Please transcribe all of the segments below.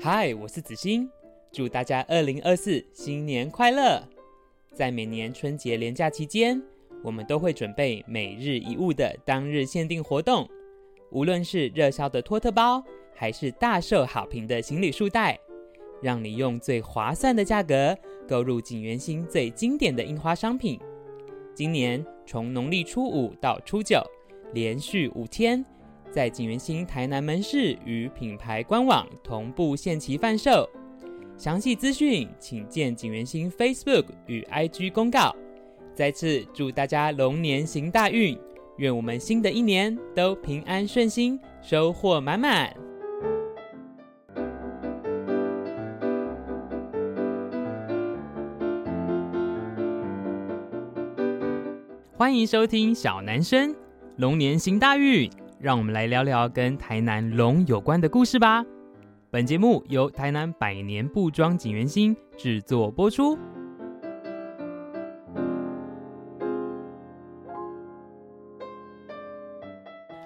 嗨，我是子欣，祝大家二零二四新年快乐！在每年春节连假期间，我们都会准备每日一物的当日限定活动，无论是热销的托特包，还是大受好评的行李束带，让你用最划算的价格购入景元星最经典的樱花商品。今年从农历初五到初九，连续五天，在景元星台南门市与品牌官网同步限期贩售。详细资讯请见景元星 Facebook 与 IG 公告。再次祝大家龙年行大运，愿我们新的一年都平安顺心，收获满满。欢迎收听小男生龙年行大运，让我们来聊聊跟台南龙有关的故事吧。本节目由台南百年布庄景元星制作播出。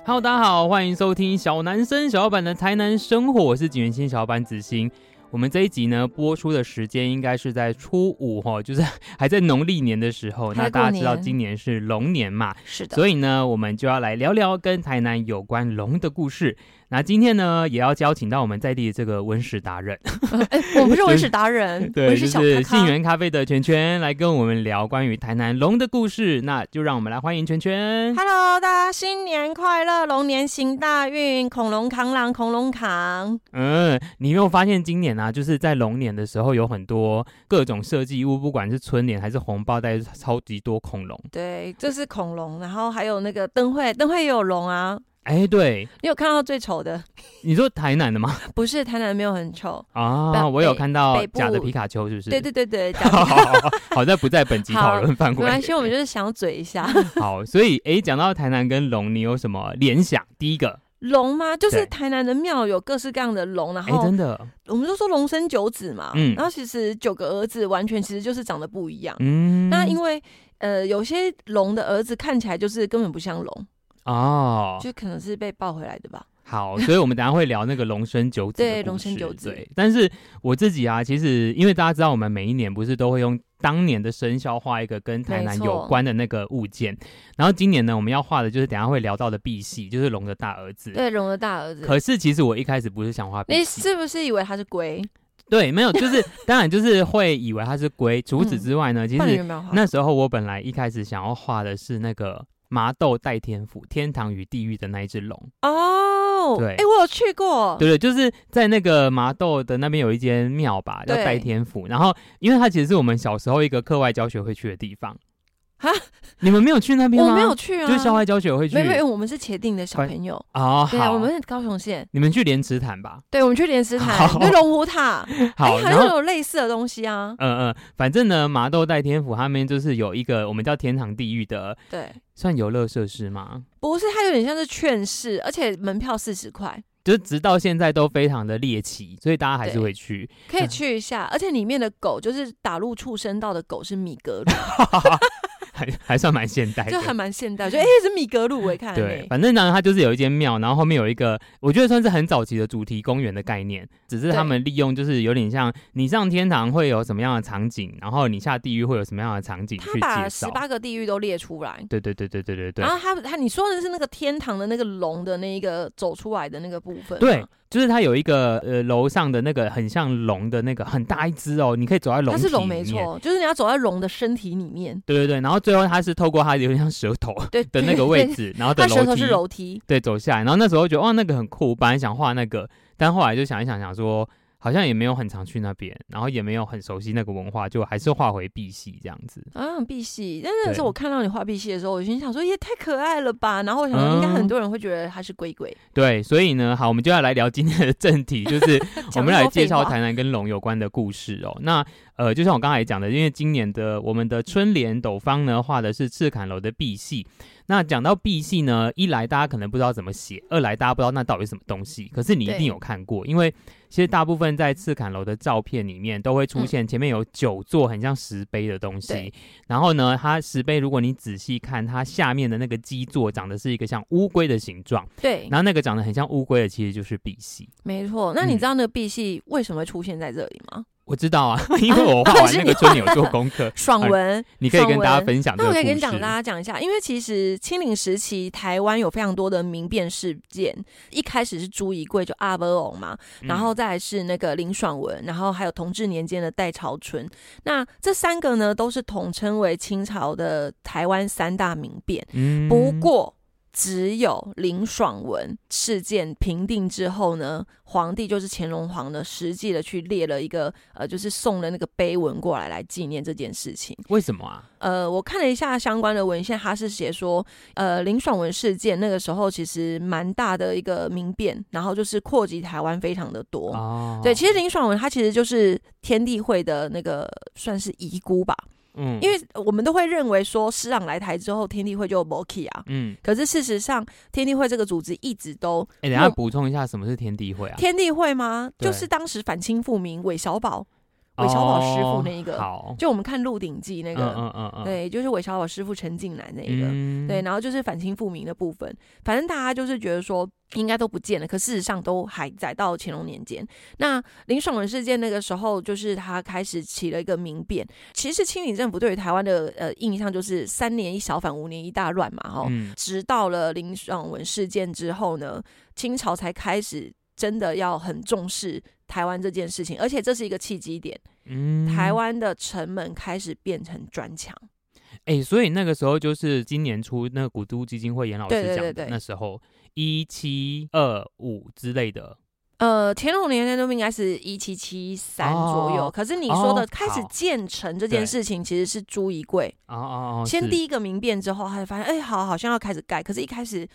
Hello，大家好，欢迎收听小男生小老板的台南生活，我是景元星小老板子欣。我们这一集呢播出的时间应该是在初五哈，就是还在农历年的时候。还在那大家过知道年今年是龙年嘛，是的，所以呢，我们就要来聊聊跟台南有关龙的故事。那今天呢，也要邀请到我们在地的这个文史达 人， 哎，我不是文史达人，对，文就史小是咖信咖。源咖啡的全全来跟我们聊关于台南龙的故事。那就让我们来欢迎全全。 Hello，大家新年快乐，龙年行大运，恐龙扛狼，恐龙扛。嗯，你有没有发现今年啊，就是在龙年的时候，有很多各种设计物，不管是春联还是红包袋，超级多恐龙。对，这是恐龙，然后还有那个灯会，灯会也有龙啊。哎，对，你有看到最丑的？你说台南的 吗？不是台南没有很丑，啊，北我有看到北部假的皮卡丘，是不是？对对对 对，假的好好好，好在不在本集讨论范没围。关系，我们就是想嘴 一下 好，所以诶，讲到台南跟龙，你有什么联想？第一个，龙吗？就是对台南的庙有各式各样的龙，然诶，后真的，我们就说龙生九子嘛，嗯然后其实九个儿子完全其实就是长得不一样。嗯，那因为呃，有些龙的儿子看起来就是根本不像龙，哦，就可能是被抱回来的吧。好，所以我们等一下会聊那个龙生九子的故事，对龙生九子对，但是我自己啊，其实因为大家知道，我们每一年不是都会用当年的生肖画一个跟台南没错有关的那个物件，然后今年呢，我们要画的就是等一下会聊到的碧玺，就是龙的大儿子。对，龙的大儿子，可是其实我一开始不是想画碧你玺，是不是以为他是龟？对，没有，就是当然就是会以为它是龟。除此嗯之外呢，其那实你有没有画？那时候我本来一开始想要画的是那个麻豆代天府天堂与地狱的那一只龙，哦，对哎、我有去过，对对，就是在那个麻豆的那边有一间庙吧，叫对代天府。然后，因为它其实是我们小时候一个课外教学会去的地方。哈， 你们没有去那边吗？我没有，去啊，就是校外教学会去。没有没有，我们是茄定的小关朋友，哦，对啊，好，我们是高雄县，你们去莲池潭吧。对，我们去 莲池潭好，对龙虎塔，哎、好， 好然像后有类似的东西 啊，嗯嗯，反正呢，麻豆代天府他们就是有一个我们叫天堂地狱的，对，算游乐设施吗？不是，它有点像是劝世，而且门票四十块，就是直到现在都非常的猎奇，所以大家还是对会去。可以去一下，而且里面的狗就是打入畜生道的狗是米格鲁，还还算蛮现代就还的。蛮现代，就哎、是米格鲁，我看来对没，反正呢，它就是有一间庙，然后后面有一个，我觉得算是很早期的主题公园的概念，只是他对们利用就是有点像你上天堂会有什么样的场景，然后你下地狱会有什么样的场景去他把介十绍。八啊个地狱都列出来。对对对对对对对然，后他他你说的是那个天堂的那个龙的那一个走出来的那个部分吗，对，就是它有一个呃楼上的那个很像龙的那个很大一只哦，你可以走在龙它是龙体没里面。错，就是你要走在龙的身体里面，对对对，然后最后它是透过它有点像舌头 对的那个位，置，然后对的它舌楼头梯是楼梯，对，走下来。然后那时候觉得哇，那个很酷，我本来想画那个，但后来就想一想，想说好像也没有很常去那边，然后也没有很熟悉那个文化，就还是画回碧玺这样子。啊，碧玺。但那时对候我看到你画碧玺的时候，我心想说也太可爱了吧。然后我想说，应该嗯很多人会觉得它是龟龟。对，所以呢，好，我们就要来聊今天的正题，就是我讲们那么来多介废绍话台南跟龙有关的故事哦。那呃，就像我刚才讲的，因为今年的我们的春联斗方呢画的是赤坎楼的碧玺。那讲到碧玺呢，一来大家可能不知道怎么写，二来大家不知道那到底是什么东西，可是你一定对有看过，因为其实大部分在赤坎楼的照片里面都会出现前面有九座很像石碑的东西嗯对，然后呢，它石碑如果你仔细看，它下面的那个基座长得是一个像乌龟的形状，对，然后那个长得很像乌龟的其实就是碧玺。没错。那你嗯知道那个碧玺为什么会出现在这里吗？我知 道啊，因为我画啊完是那你个春联有做功 课，爽文，你可以跟爽文大家分享这啊那啊个故我可事。以跟讲大家讲一下，因为其实清领时期台湾有非常多的民变事件，一开始是朱一贵就阿波翁嘛，嗯然后再来是那个林爽文，然后还有同治年间的戴潮春。那这三个呢，都是统称为清朝的台湾三大民变。嗯不过，只有林爽文事件平定之后呢，皇帝就是乾隆皇呢，实际的去列了一个呃，就是送了那个碑文过来来纪念这件事情。为什么啊？呃，我看了一下相关的文献，他是写说，呃，林爽文事件那个时候其实蛮大的一个民变，然后就是扩及台湾非常的多。哦，对，其实林爽文他其实就是天地会的那个算是遗孤吧，嗯因为我们都会认为说师长来台之后，天地会就 m o k 啊。嗯，可是事实上，天地会这个组织一直都哎、等一下我补充一下，什么是天地会啊？天地会吗？对就是当时反清复明韦小宝，韦小宝师傅那一个哦好，就我们看《鹿鼎记》那个，嗯嗯嗯，对，就是韦小宝师傅陈近南那一个。嗯对，，然后就是反清复明的部分，反正大家就是觉得说应该都不见了，可事实上都还在到乾隆年间。那林爽文事件那个时候，就是他开始起了一个民变。其实清理政府对于台湾的呃印象就是三年一小反，五年一大乱嘛，哦，嗯直到了林爽文事件之后呢，清朝才开始真的要很重视台湾这件事情，而且这是一个契机点，嗯台湾的城门开始变成砖墙。哎、所以那个时候就是今年初那个古都基金会严老师对对讲的，对对那时候一七二五之类的，呃，乾隆年间都应该是一七七三左右，哦可是你说的哦开始好建成这件对事情，其实是朱一贵哦哦哦，先是第一个民变之后，他就发现，哎、好，好像要开始盖，可是一开始。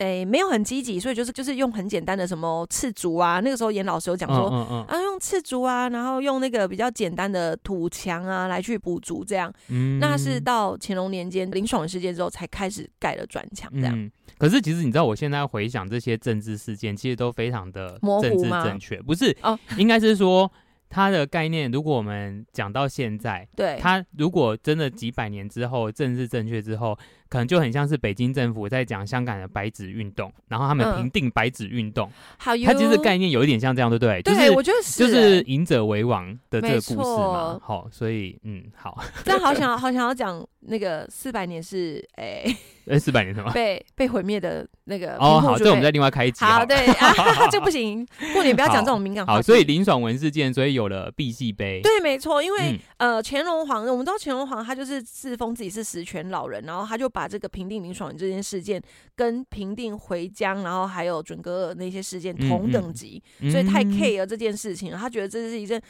哎，没有很积极，所以就是就是用很简单的什么赤竹啊，那个时候严老师有讲说、嗯嗯嗯啊，用赤竹啊，然后用那个比较简单的土墙啊来去补足这样。嗯，那是到乾隆年间林爽文事件之后才开始盖了砖墙这样。嗯。可是其实你知道，我现在回想这些政治事件，其实都非常的模糊政治吗正确，不是？哦应该是说它的概念，如果我们讲到现在， 对，它如果真的几百年之后政治正确之后，可能就很像是北京政府在讲香港的白纸运动，然后他们嗯平定白纸运动，好哟，它其实概念有一点像这样，对不对？对，我就是觉得是、欸就是赢者为王的这个没故事错嘛。好，所以嗯，好， 但好想好想要讲那个四百年是诶、呃，四百年什么？ 被被毁灭的那个哦，贫富好，这主我们被再另外开一集好好了。对啊， 这不行，过年不要讲这种敏感话好，题。所以林爽文事件，所以有了碧玺杯。对，没错，因为、嗯，呃，乾隆皇，我们知道乾隆皇他就是自封自己是十全老人，然后他就把这个平定林爽文这件事件跟平定回疆，然后还有准格尔那些事件嗯嗯同等级，所以太嗯 care 这件事情了，他觉得这是一件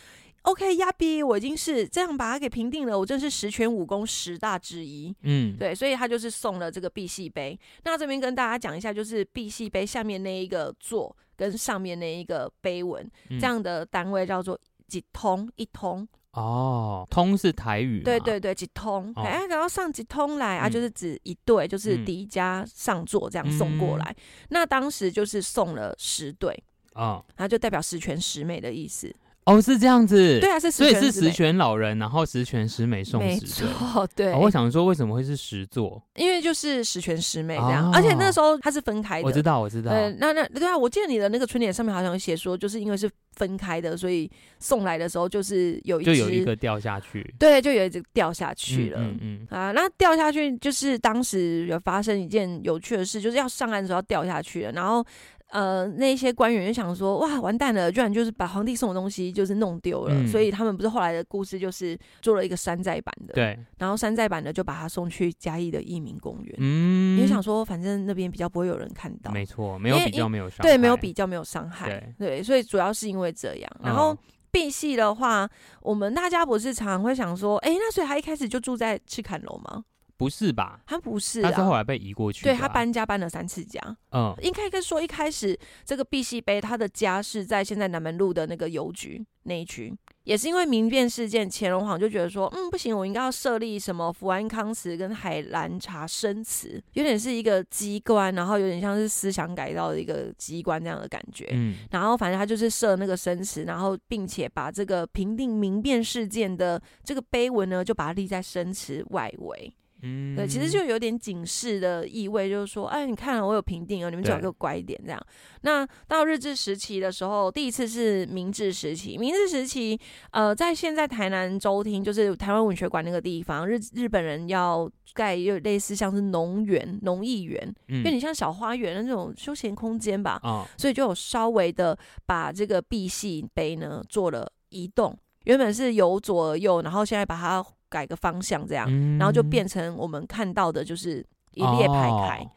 OK 压逼，我已经是这样把它给平定了，我真是十全武功十大之一。嗯，对，所以他就是送了这个碧玺杯。那这边跟大家讲一下，就是碧玺杯下面那一个座跟上面那一个碑文，嗯这样的单位叫做几通一通。哦，通是台语嘛，对对对，几通，啊哦哎、然后上几通来、啊，嗯就是指一对，就是嗯第一家上座这样送过嗯来。那当时就是送了十对，哦，然后就代表十全十美的意思。哦是这样子，对，啊，是十所以全是十十美。全老人，然后十全十美送没十对。错，对、哦，我想说为什么会是十座？因为就是十全十美这样，哦而且那时候它是分开的，我知道，我知道，对，那那对啊，我记得你的那个春联上面好像有写说，就是因为是分开的，所以送来的时候就是有一就只，有一个掉下去对，就有一只掉下去了。嗯嗯啊，那掉下去就是当时有发生一件有趣的事，就是要上岸的时候要掉下去了，然后呃，那些官员就想说，哇，完蛋了，居然就是把皇帝送的东西就是弄丢了，嗯所以他们不是后来的故事就是做了一个山寨版的，对，然后山寨版的就把它送去嘉义的义民公园，嗯，因为想说反正那边比较不会有人看到，没错，没有因为比较因没有伤害，对，没有比较，没有伤害，对所以主要是因为这样。嗯，然后碧玺的话，我们大家不是常常会想说，哎、那所以他一开始就住在赤坎楼吗？不是吧？他不是、他是后啊，来被移过去的啊。对他搬家搬了三次家。嗯应该跟说一开始这个碧玺杯，他的家是在现在南门路的那个邮局那一区，也是因为民变事件，乾隆皇就觉得说，嗯，不行，我应该要设立什么福安康祠跟海兰察生祠，有点是一个机关，然后有点像是思想改造的一个机关那样的感觉。嗯然后反正他就是设那个生祠，然后并且把这个平定民变事件的这个碑文呢，就把它立在生祠外围。嗯，对，其实就有点警示的意味，就是说，哎，你看了我有评定哦，你们最好对给我乖一点这样。那到日治时期的时候，第一次是明治时期，明治时期，呃，在现在台南州厅，就是台湾文学馆那个地方，日日本人要盖又类似像是农园、农艺园，嗯有点像小花园那种休闲空间吧，哦，所以就有稍微的把这个碧玺碑呢做了移动，原本是由左而右，然后现在把它改个方向这样。嗯然后就变成我们看到的就是一列排开，哦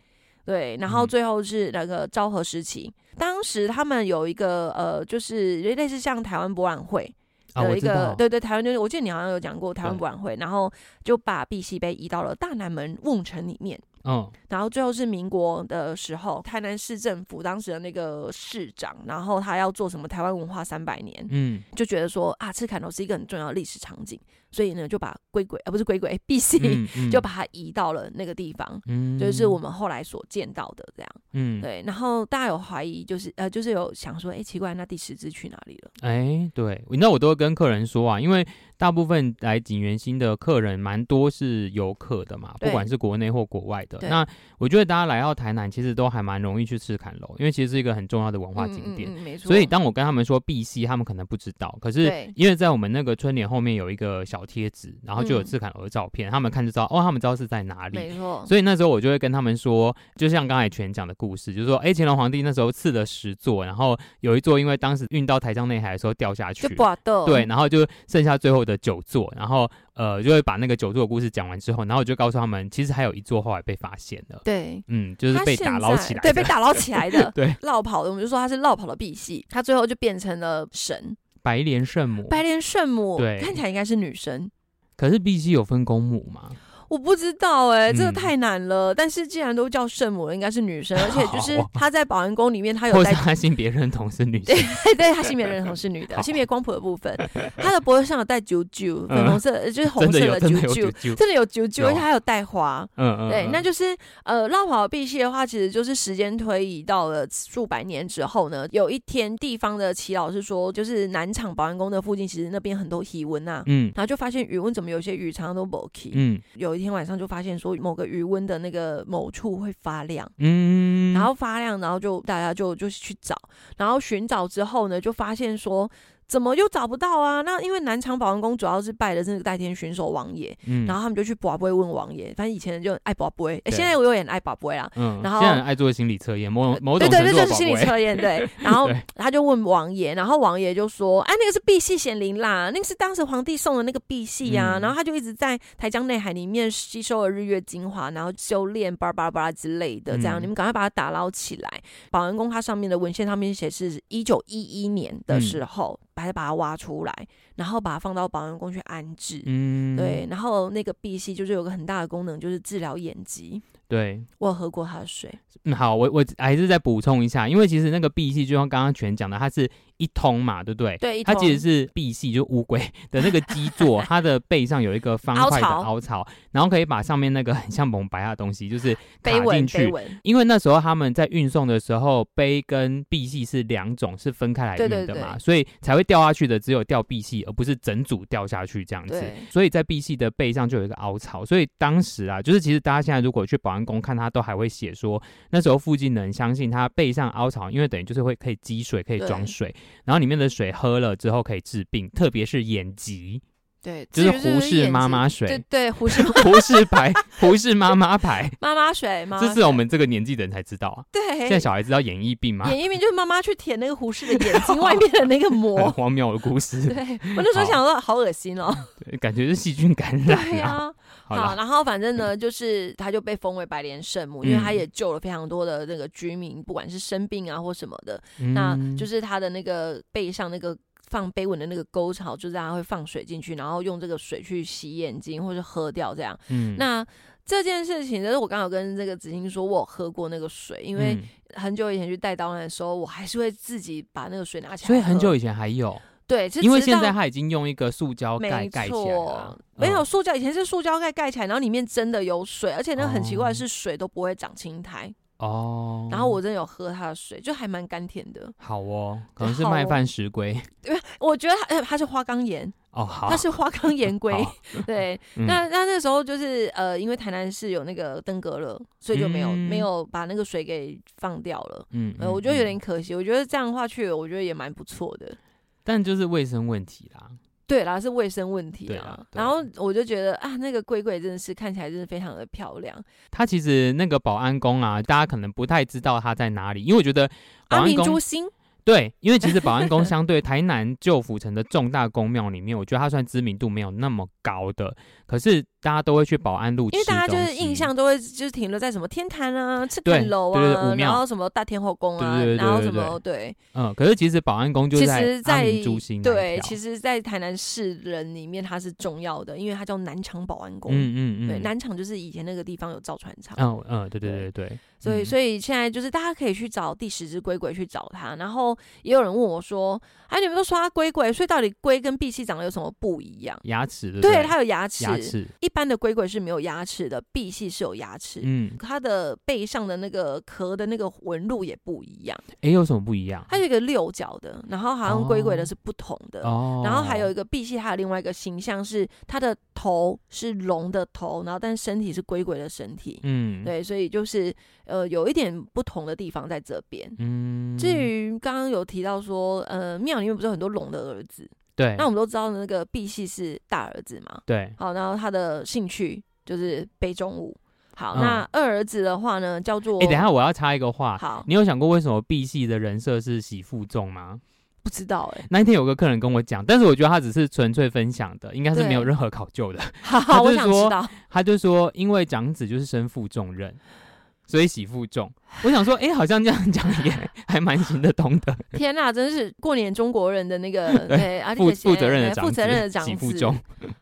对，然后嗯最后是那个昭和时期，当时他们有一个呃，就是类似像台湾博览会啊我的一知个，道对对，台湾就是我记得你好像有讲过台湾对博览会，然后就把碧玺碑移到了大南门瓮城里面。嗯然后最后是民国的时候，台南市政府当时的那个市长，然后他要做什么台湾文化三百年， 嗯就觉得说啊，赤坎楼是一个很重要的历史场景，所以呢就把龟龟啊不是龟龟碧玺、嗯嗯就把它移到了那个地方，嗯就是我们后来所见到的这样。嗯对，然后大家有怀疑，就是呃，就是有想说，哎、奇怪，那第十只去哪里了？哎，对，那我都会跟客人说啊，因为大部分来景元新的客人蛮多是游客的嘛，不对管是国内或国外的。对那我觉得大家来到台南，其实都还蛮容易去赤坎楼，因为其实是一个很重要的文化嗯景点。嗯嗯、没错。所以当我跟他们说碧溪，他们可能不知道，可是对因为在我们那个春联后面有一个小贴纸，然后就有嗯赤坎楼的照片，他们看就知道哦，他们知道是在哪里。没错，所以那时候我就会跟他们说，就像刚才全讲的故事，就是说，哎、乾隆皇帝那时候赐了十座，然后有一座因为当时运到台江内海的时候掉下去就，不豆对，，然后就剩下最后的九座，然后呃，就会把那个九座的故事讲完之后，然后我就告诉他们，其实还有一座后来被发现了，对。嗯，就是他被现打捞在起来对，的，，被打捞起来的对，落跑的，我们就说他是落跑的碧玺，他最后就变成了神，白莲圣母。白莲圣母，哦对看起来应该是女神，可是碧溪有分公母 吗？我不知道哎、这个嗯太难了。但是既然都叫圣母了，应该 是女生，而且就是好她在保安宫里 面，她有或在是她性别认同是女性？对对，他性别认同是女 的，好性别光谱的部分，他的脖子上有戴九 九，粉红色、呃就是红真色的有，真九的有九，啾啾，真的有九九，有而且还有戴花。嗯嗯，对，嗯那就是呃，绕跑碧玺的话，其实就是时间推移到了数百年之后呢。有一天，地方的祈老师说，就是南场保安宫的附近，其实那边很多鱼瘟啊，嗯然后就发现鱼瘟怎么有些鱼常常都没起。嗯有一天晚上就发现说，某个鱼瘟的那个某处会发亮。嗯，然后发亮，然后就大家就就是去找，然后寻找之后呢，就发现说怎么又找不到啊？那因为南昌保安宫主要是拜的是那个代天巡守王爷，嗯，然后他们就去卜龟问王爷，反正以前人就很爱卜龟，诶对现在我有点爱卜龟啦。嗯，然现在后很爱做心理测验，某种某对种程对对，度就的是宝心理贵 测验，对。然后对他就问王爷，然后王爷就说：“哎，那个是碧玺显灵啦，那个是当时皇帝送的那个碧玺啊。嗯然后他就一直在台江内海里面吸收了日月精华，然后修炼巴拉巴拉巴拉之类的，这样、嗯你们赶快把它打捞起来。保安宫它上面的文献上面写是一九一一年的嗯时候，把它把它挖出来，然后把它放到保安宫去安置。嗯，对，然后那个碧玺就是有个很大的功能，就是治疗眼疾。对，我有喝过它的水，嗯，好，我我还是再补充一下，因为其实那个碧玺就像刚刚全讲的，它是一通嘛，对不对？对，一它其桶实是碧玺，就乌龟的那个基座，它的背上有一个方块的 凹槽凹槽，然后可以把上面那个很像蒙白蜡的东西，就是卡碑文进碑去。文。因为那时候他们在运送的时候，碑跟碧玺是两种，是分开来对运对的嘛，所以才会掉下去的只有掉碧玺，而不是整组掉下去这样子对。所以在碧玺的背上就有一个凹槽，所以当时啊，就是其实大家现在如果去保安宫看，它都还会写说，那时候附近的人相信它背上凹槽，因为等于就是会可以积水，可以装对水，然后里面的水喝了之后可以治病，特别是眼 疾，对，就至是于胡适眼妈睛妈对水、对，胡适胡适牌、胡适妈妈牌，妈妈水， 妈妈哎这是我水们这个年纪的人才知道啊。对现在小孩知道演艺病吗？眼一鸣就是妈妈去舔那个胡适的眼睛外面的那个很 膜。荒谬的故对事，我那时候想说，好恶心 哦。对感觉是细菌感对染啊。啊，好好，了，然后反正呢，就是他就被封为白莲圣母，因为他嗯也救了非常多的那个居民，不管是生病啊或什么的，那嗯就是是他的那个背上那个。放碑文的那个沟槽，就是他会放水进去，然后用这个水去洗眼睛或者喝掉这样。嗯那这件事情，就是我刚好跟这个子欣说，我有喝过那个水，因为嗯很久以前去带导览的时候，我还是会自己把那个水拿起来喝。所以很久以前还有，对，是因为直现到在它已经用一个塑胶盖没盖起来了错啊，，没有嗯塑胶，以前是塑胶盖盖起来，然后里面真的有水，而且那个很奇哦怪的是水都不会长青苔。哦。然后我真的有喝它的水，就还蛮甘甜的。 好哦，可能是好哦麦饭石龟我觉得它呃它是花岗岩，哦，好，它是花岗岩龟。好 对，嗯那那那时候就是呃，因为台南市有那个登革热，所以就没有、嗯没有把那个水给放掉了。嗯呃，嗯我觉得有点嗯可惜。我觉得这样的话去了，我觉得也蛮不错的。但就是卫生问题啦。对啦，是卫生问题对啊。啊对然啊后我就觉得啊，那个龟龟真的是看起来真的非常的漂亮。他其实那个保安宫啊，大家可能不太知道他在哪里，因为我觉得保啊，安明宫珠心，对，因为其实保安宫相对台南旧府城的重大宫庙里面，我觉得它算知名度没有那么高的，可是大家都会去保安路吃因为大家就是东西印象都会就是停留在什么天坛啊、赤对坎楼对对对武啊，然庙后什么大天后宫啊，对对对对然后对什对么对。嗯，可是其实保安宫就其在实阿在，明珠心那一对，条其实，在台南市人里面它是重要的，因为它叫南厂保安宫。嗯嗯嗯，对，南厂就是以前那个地方有造船厂，嗯嗯，对对对对，所以嗯所以现在就是大家可以去找第十只龟龟去找它。然后也有人问我说：“哎、你们都说它龟龟，所以到底龟跟碧玺长得有什么不一样牙齿？”对不对，对它有牙齿。牙齿，一般的龟龟是没有牙齿的，碧玺是有牙齿。嗯，它的背上的那个壳的那个纹路也不一样，哎，有什么不一样？它有一个六角的，然后好像龟龟的是不同的。哦，然后还有一个碧玺，它有另外一个形象是它的头是龙的头，然后但身体是龟龟的身体。嗯，，对，所以就是呃有一点不同的地方在这边。嗯，至于刚刚有提到说，呃，庙里面不是有很多龙的儿子？对，那我们都知道那个碧玺是大儿子嘛。对，好，然后他的兴趣就是北中舞。好，嗯那二儿子的话呢，叫做哎，等一下我要插一个话，好，你有想过为什么 B 系的人设是喜负重吗？不知道 哎、那一天有个客人跟我讲，但是我觉得他只是纯粹分享的，应该是没有对任何考究的。 好， 就我是想知说道。他就说，因为长子就是身负重任，所以喜负重。我想说，哎、好像这样讲也还蛮行得通的， 天呐、真是过年中国人的那个哎对，而负且负责任的哎长负子，责任的长喜负子。重。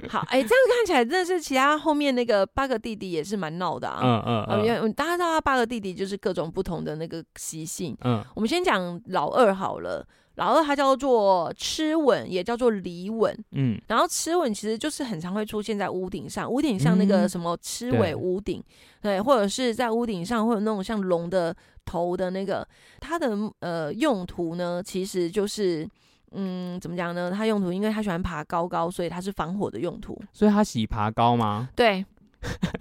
好，哎、这样看起来真的是其他后面那个八个弟弟也是蛮闹的啊。嗯 嗯啊因嗯为大家知道他八个弟弟就是各种不同的那个习性。嗯，我们先讲老二好了，老二他叫做吃吻，也叫做离吻。嗯，然后吃吻其实就是很常会出现在屋顶上，屋顶上那个什么吃嗯对尾屋顶，对，或者是在屋顶上会有那种像龙的头的那个，它的呃用途呢，其实就是。嗯，怎么讲呢？它用途，因为它喜欢爬高高，所以它是防火的用途。所以他喜爬高吗？对，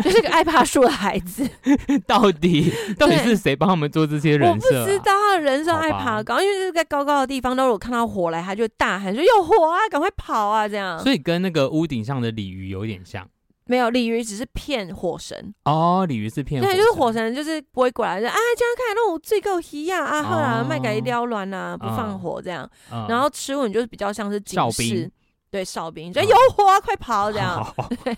就是个爱爬树的孩子。 到底到底是谁帮他们做这些 我人不设、啊？知道他的人生好吧爱爬高，因为就是在高高的地方，到时候我看到火来，他就大喊说：“有火啊，赶快跑啊！”这样所以跟那个屋顶上的鲤鱼有点像没有鲤鱼只是骗火神，哦，鲤鱼是骗对，就是神火神，就是不会过来，就啊，这样看，那我最够鱼呀，啊，好啦哦，卖给撩乱啊，不放火这样。嗯然后吃吻就是比较像是警哨兵示，对，哨兵，就嗯有火啊，快跑这样。 好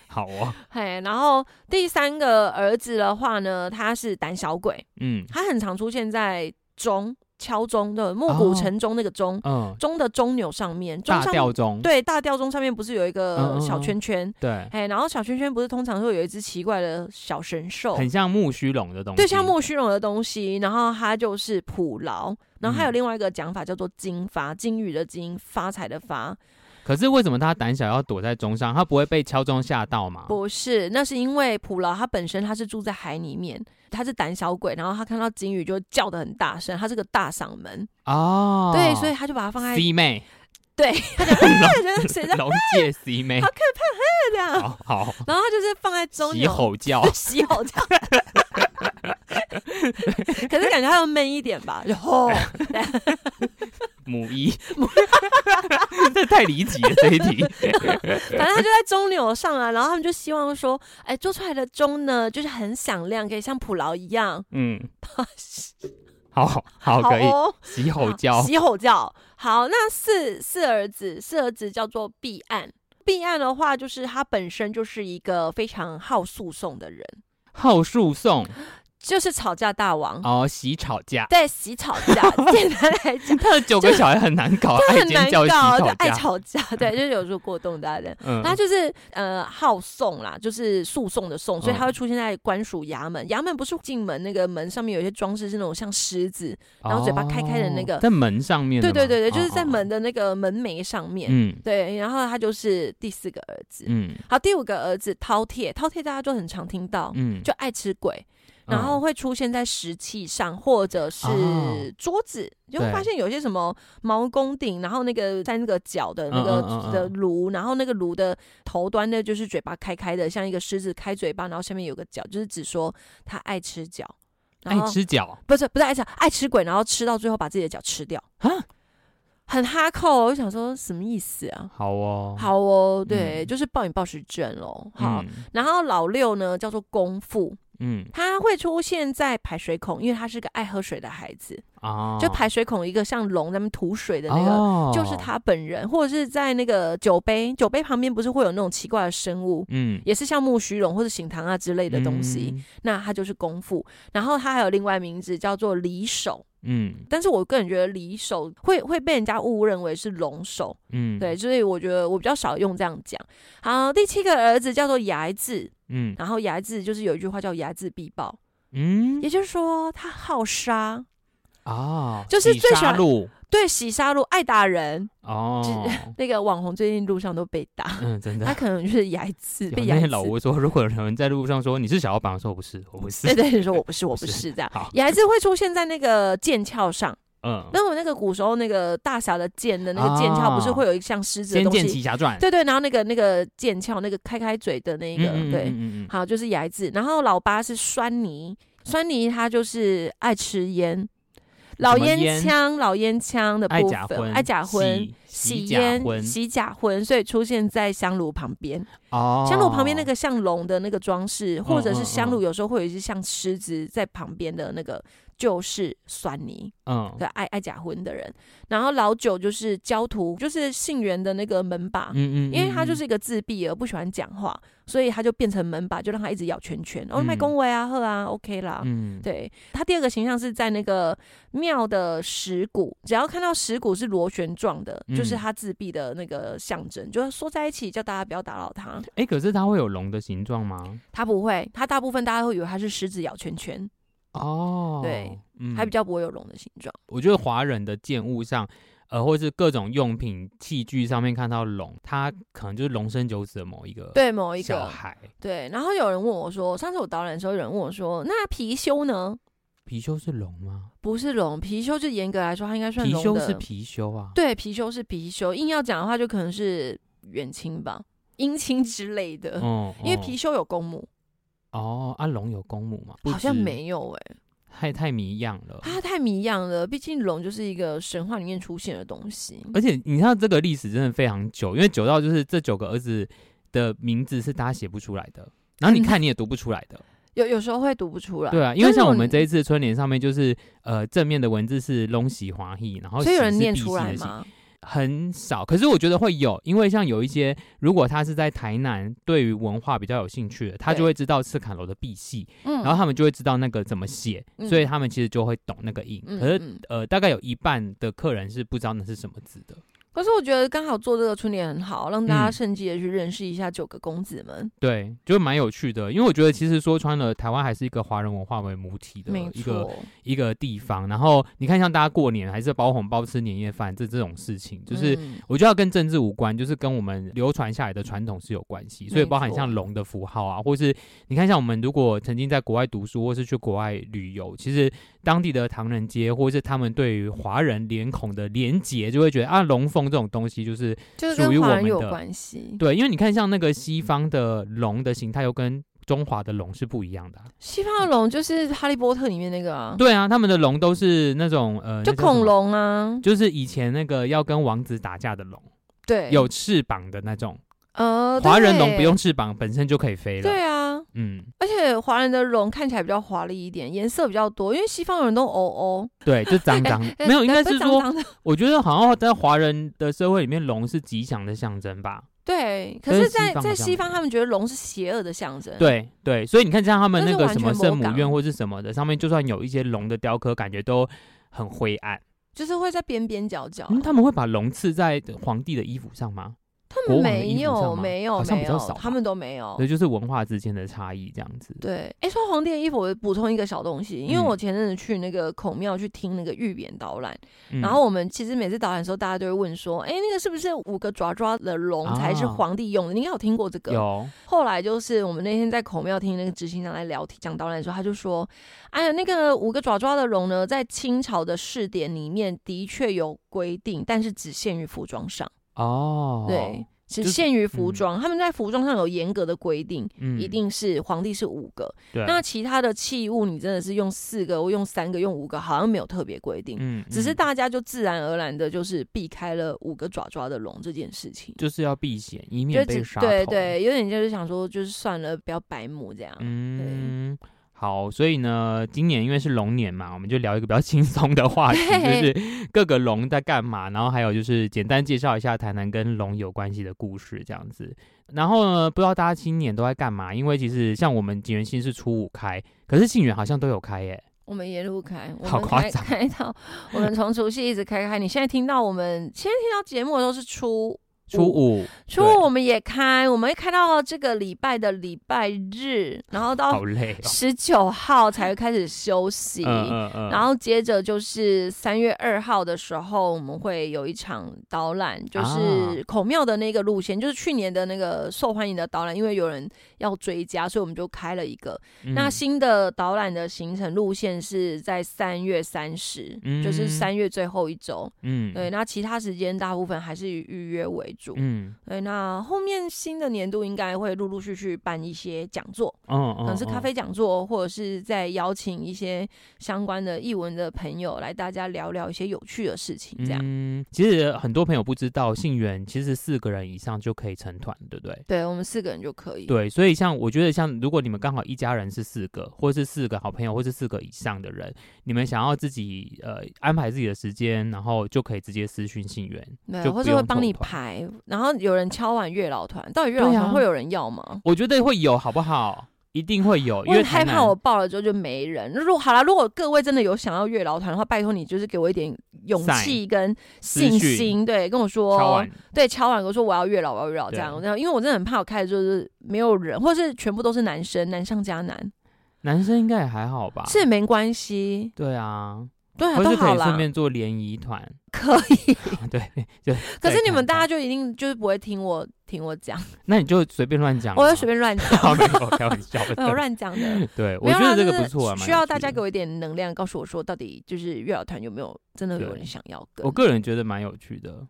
好哦，嘿，然后第三个儿子的话呢，他是胆小鬼，嗯他很常出现在钟敲钟的暮鼓晨钟那个钟嗯，钟的钟钮上面，钟大上吊钟，对大吊钟上面不是有一嗯嗯个嗯小圈圈？对，嘿，然后小圈圈不是通常会有一只奇怪的小神兽，很像木须龙的东西，对，像莫须有的东西，然后它就是捕捞，然后还有嗯另外一个讲法叫做金发，金鱼的金，发财的发，可是为什么他胆小要躲在钟上？他不会被敲钟吓到吗？不是，那是因为捕捞它本身它是住在海里面，它是胆小鬼，然后它看到金鱼就叫的很大声，它是个大嗓门，哦，对，所以它就把它放在， C 妹对，它就觉得谁在龙界 C 妹，这样， 好好然后它就是放在中急间。吼叫洗好这样， 可是感觉它要闷一点吧，就吼，母 一， 这太离奇了这一题， 反正他就在钟钮上啊，然后他们就希望说，哎，做出来的钟呢，就是很响亮，可以像普劳一样，嗯，好好可以哦，急吼好 叫，喜吼叫。好，那四四儿子，四儿子叫做毕岸。毕岸的话，就是他本身就是一个非常好诉讼的人，嗯好诉讼，就是吵架大王，哦，洗吵 架，对，洗吵架。 简单来讲，他的九个小孩很难搞，他哦爱很难尖叫洗搞，就吵爱架，吵架， 对，就是有时候过动大人。嗯他就是呃好讼啦，就是诉讼的讼，所以嗯他会出现在官署衙门。衙门不是进门那个门上面有一些装饰是那种像狮子，然后嘴巴开开的那个哦在门上面的对吗，对对对，就是哦在，门哦的那个门楣上面。嗯对，然后他就是第四个儿子。嗯好，第五个儿子饕餮，饕餮大家就很常听到，嗯，就爱吃鬼，嗯然后会出现在石器上或者哦是桌子，你就会对发现有些什么毛公鼎，然后那个三个角的那个嗯嗯嗯嗯的炉，然后那个炉的头端呢就是嘴巴开开的，像一个狮子开嘴巴，然后下面有个角，就是指说他爱吃脚，然爱后吃脚不是不是爱吃爱吃鬼，然后吃到最后把自己的脚吃掉，啊，很哈扣，哦我就想说什么意思啊？好哦，好哦，对，嗯就是暴饮暴食症喽。好，嗯，然后老六呢叫做功夫，嗯他会出现在排水孔，因为他是个爱喝水的孩子，啊，就排水孔一个像龙咱们吐水的那个，个就是，他本人，或者是在那个酒杯，酒杯旁边不是会有那种奇怪的生物，嗯，也是像木须龙或者醒堂啊之类的东西，那他就是功夫。然后他还有另外名字叫做离手，嗯，但是我个人觉得离手会会被人家误认为是龙手，嗯嗯，对，，所以我觉得我比较少用这样讲。好，第七个儿子叫做牙字，嗯然后牙字就是有一句话叫睚眦必报。嗯也就是说，他好杀，啊，就是洗最喜杀欢戮对喜杀戮，爱打人。哦，那个网红最近路上都被 打，嗯，真的他。可能就是睚眦有被那睚些老眦。吴说，如果有人在路上说你是小老板，我说我不是，我不是对，对，你说我 不是，我不不是是这样好。睚眦会出现在那个剑鞘上，嗯，那我那个古时候那个大侠的剑的那个剑鞘，不是会有一个像《狮子的仙东哦剑西？奇侠传》对对，然后那个那个剑鞘，那个开开嘴的嗯，那一个，嗯对，嗯嗯嗯好就是睚眦。然后老八是酸泥，酸泥他就是爱吃烟，老什么烟烟枪老烟枪的爱部假分，婚，爱假婚，洗洗假烟、婚，洗假婚，所以出现在香炉旁边。哦，香炉旁边那个像龙的那个装饰，或者是香嗯炉有时候会有一些像狮子在旁边的那个，就是酸泥，嗯对，爱爱假婚的人。然后老九就是焦土，就是杏园的那个门把。嗯嗯，啊因为他就嗯是一个自闭而不喜欢讲话，所以他就变成门把，就让他一直咬圈圈。哦，嗯卖恭维啊，喝啊，OK 啦。嗯，对他第二个形象是在那个庙的石鼓，只要看到石鼓是螺旋状的，就是嗯他自闭的那个象征，就是缩在一起，叫大家不要打扰他。哎，可是它会有龙的形状吗？他不会，他大部分大家会以为他是狮子咬圈圈，哦，对，嗯还比较不会有龙的形状。我觉得华人的建物上，呃，或是各种用品器具上面看到龙，它可能就是龙生九子的某一个对，某一呃小个孩。对。然后有人问我说，上次我导览的时候，有人问我说，那貔貅呢？貔貅是龙吗？不是龙，貔貅就严格来说，它应该算貔龙貅的。是貔貅啊。对，貔貅是貔貅，硬要讲的话，就可能是远亲吧，姻亲之类的。嗯，因为嗯貔貅有公母，哦啊，龙有公母吗？不哦好像知，没有哎、太太迷样了。它太谜样了。毕竟龙就是一个神话里面出现的东西。而且你看这个历史真的非常久，因为久到就是这九个儿子的名字是大家写不出来的，然后你看你也读不出来的。有有时候会读不出来，对啊，因为哎但是像我有们人这一次的春联上面就是呃正面的文字是龙喜华裔，然后所以有喜人是念必喜出来的喜吗？很少，可是我觉得会有，因为像有一些，如果他是在台南，对于文化比较有兴趣的，他对就会知道赤坎楼的碧玺，嗯，然后他们就会知道那个怎么写，嗯所以他们其实就会懂那个音。嗯可是嗯呃，大概有一半的客人是不知道那是什么字的。可是我觉得刚好做这个春联很好，让大家嗯趁机的去认识一下九个公子们。对，就蛮有趣的，因为我觉得其实说穿了，台湾还是一个华人文化为母体的没一个错，嗯一个地方。然后你看，像大家过年还是包红包、吃年夜饭这这种事情，就是嗯我觉得要跟政治无关，就是跟我们流传下来的传统是有关系，所以没包含错像龙的符号啊，或是你看像我们如果曾经在国外读书或是去国外旅游，其实当地的唐人街或是他们对于华人脸孔的连结，就会觉得啊龙凤这种东西就是就是属于跟我华人们有的关系，对，因为你看像那个西方的龙的形态又跟中华的龙是不一样的啊、西方的龙就是《哈利波特》里面那个啊，对啊，他们的龙都是那种呃，就那叫什么恐，龙啊，就是以前那个要跟王子打架的龙，对，有翅膀的那种。呃，华人龙不对用翅膀，本身就可以飞了。对啊，嗯，而且华人的龙看起来比较华丽一点，颜色比较多，因为西方人都欧欧，对，就脏脏，没有，应该哎不是脏说，脏的 我觉得好像在华人的社会里面，龙是吉祥的象征吧。对，可但是是西在，方在好像西没方，他们觉得龙是邪恶的象征。，对对，所以你看，像他们但那嗯是个完什么全圣魔母港院或是什么的，上面就算有一些龙的雕刻，感觉都很灰暗。就是会在边边角角。嗯，他们会把龙刺在皇帝的衣服上吗？他国们王的衣没服有，上吗没有，好像没比较有少，他吧们都没有所。以就是文化之间的差异这样子。对，哎，说皇帝的衣服，我补充一个小东西，因为嗯我前阵子去那个孔庙去听那个预演导览，嗯然后我们其实每次导览的时候，大家都会问说，哎，那个是不是五个爪爪的龙才是啊皇帝用的？你应该有听过这个。有后来就是我们那天在孔庙听那个执行长来聊讲导览的时候，他就说：“哎呀，那个五个爪爪的龙呢，在清朝的试点里面的确有规定，但是只限于服装上，哦，对，，只就是限于服装。他们在服装上有严格的规定，嗯一定是皇帝是五个，对。那其他的器物你真的是用四个、用三个、用五个，好像没有特别规定。”嗯，只是嗯大家就自然而然的，就是避开了五个爪爪的龙这件事情。就是要避险，以就免只被杀头。对对，有点就是想说，就是算了，不要白目这样。嗯，好，所以呢，今年因为是龙年嘛，我们就聊一个比较 轻松的话题，就是各个龙在干嘛，然后还有就是简单介绍一下台南跟龙有关系的故事这样子。然后呢，不知道大家今年都在干嘛？因为其实像我们景元新是初五开，可是庆元好像都有开耶。我们沿路开，我好们夸开张开到我们从除夕一直开开。你现在听到我们现在听到节目的时候是初初五，初对五，我们也开，我们会开到这个礼拜的礼拜日，然后到好累哦。十九号才会开始休息。嗯嗯嗯，然后接着就是三月二号的时候，我们会有一场导览，就是啊孔庙的那个路线，就是去年的那个受欢迎的导览，因为有人要追加，所以我们就开了一个。那嗯新的导览的行程路线是在三月三十、嗯就是三月最后一周。嗯对，那其他时间大部分还是以预约为主。嗯对，那后面新的年度应该会陆陆续续办一些讲座。嗯可嗯，能呃是咖嗯啡讲座，或者是在邀请一些相关的译文的朋友来大家聊聊一些有趣的事情，这样。嗯，其实很多朋友不知道，信源其实四个人以上就可以成团，对不对？对我们四个人就可以。对，所以像我觉得，像如果你们刚好一家人是四个，或是四个好朋友，或是四个以上的人，你们想要自己呃安排自己的时间，然后就可以直接私讯信源。对，就或不是会用帮凑你团排，然后有人敲完月老团，到底月老对啊团会有人要吗？我觉得会有，好不好？一定会有，因我为很台害南怕我报了之后就没人。如果好了，如果各位真的有想要月老团的话，拜托你就是给我一点勇 Sign 气跟私信讯心，对，跟我说敲完对，敲完我说我要月老，我要月老这对样，然后因为我真的很怕我开的就是没有人，或是全部都是男生，难上加难，男生应该也还好吧？是没关系，对啊，对啊，或都是可好以顺啦，便做联谊团，啊可 以。对，就可再是你看们大看家就一定就是不会听我听我讲，那你就随便乱讲嘛，我就随便乱讲， 好，没有开玩 笑没有的。乱讲的。对， 我没有觉啦得这个就是不错啊，蛮需要有大趣家的给我一点能量，告诉我说到底就是月老团有没有真的有对人想要跟我。个人觉得蛮有趣的，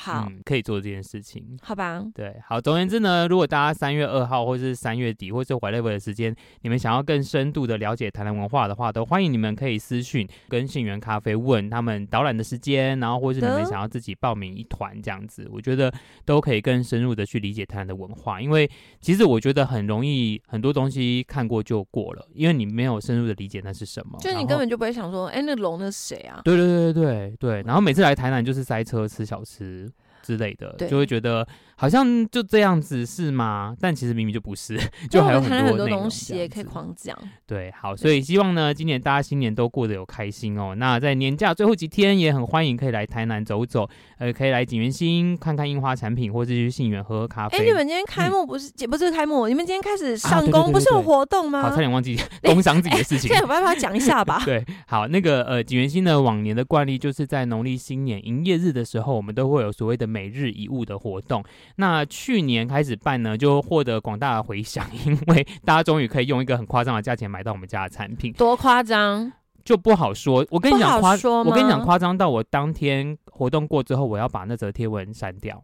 好，嗯，可以做这件事情。好吧，对，好，总而言之呢，如果大家三月二号或是三月底或是 whatever 的时间，你们想要更深度的了解台南文化的话，都欢迎你们可以私讯跟信源咖啡问他们导览的时间，然后或是你好的们想要自己报名一团这样子，我觉得都可以更深入的去理解台南的文化，因为其实我觉得很容易很多东西看过就过了，因为你没有深入的理解那是什么，就你然根后本就不会想说，哎，那龙那是谁啊？对对对对对，然后每次来台南就是塞车、吃小吃之类的对，就会觉得好像就这样子是吗？但其实明明就不是，就因还为我有们谈了很多内容东西这也样可以子啊狂讲。对，好，所以希望呢，今年大家新年都过得有开心哦。那在年假最后几天，也很欢迎可以来台南走走，呃，可以来景园新看看樱花产品，或者去杏园喝喝咖哎，啡。你们今天开幕不是也不是开幕，你们今天开始嗯啊上对对工对不是有对对活动好，吗哎差？点忘记 工商自己的事情？现在。有办法讲一下吧 对，好，那个呃，景元新的往年的惯例就是在农历新年营业日的时候，我们都会有所谓的每日一物的活动。那去年开始办呢，就获得广大的回响， 因为大家终于可以用一个很夸张的价钱买到我们家的产品，多夸张！就不好说。我跟你不好讲夸，说吗我跟你讲夸张到我当天活动过之后，我要把那则贴文删掉。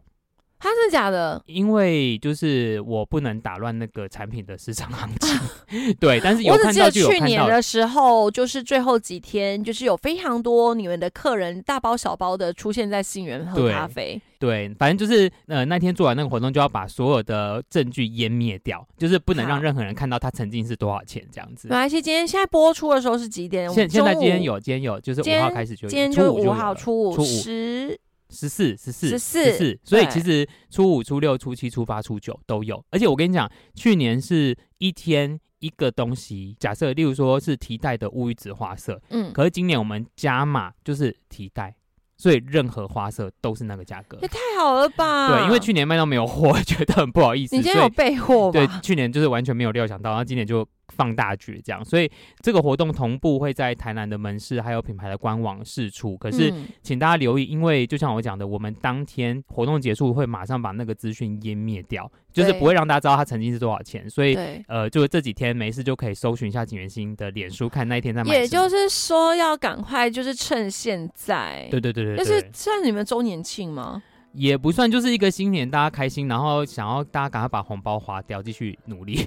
他真的假的？因为就是我不能打乱那个产品的市场行情， 对，但是有我只看记得到就有去看年到，的时候，就是最后几天，就是有非常多你们的客人大包小包的出现在杏园喝对咖啡，对，反正就是呃，那天做完那个活动，就要把所有的证据湮灭掉，就是不能好让任何人看到它曾经是多少钱这样子没。关系。今天现在播出的时候是几点？我们现现在中午今天，有，今天有，就是今天五号开始就有，今天初就五五有号，了初初五五十十四、十四、 14四，所以对其实初五、初六、初七、初八、初九都有。而且我跟你讲，去年是一天一个东西，假设例如说是提带的乌鱼子花色，嗯，可是今年我们加码就是提带，所以任何花色都是那个价格也。太好了吧？对，因为去年卖到没有货， 觉得很不好意思，啊你今天所以有备货对吗？，去年就是完全没有料想到，然后今年就放大决这样，所以这个活动同步会在台南的门市还有品牌的官网试出。可是，嗯请大家留意，因为就像我讲的，我们当天活动结束会马上把那个资讯湮灭掉，就是对不会让大家知道它曾经是多少钱。所以，对。呃，就这几天没事就可以搜寻一下景元星的脸书，看那一天在买什么。也就是说，要赶快，就是趁现在，对对对对就是对算你们周年庆吗？也不算就是一个新年，大家开心，然后想要大家赶快把红包花掉，继续努力。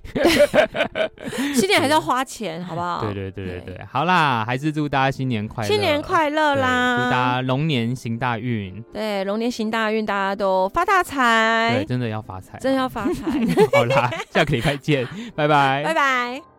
新年还是要花钱，好不好？对对对对对，好啦，还是祝大家新年快乐，哦新年快乐对祝大啦！家龙年行大运，对，龙年行大运，大家都发大对，财，哎 真的要发财，真要发财，好啦，下个礼拜见，拜拜，拜拜。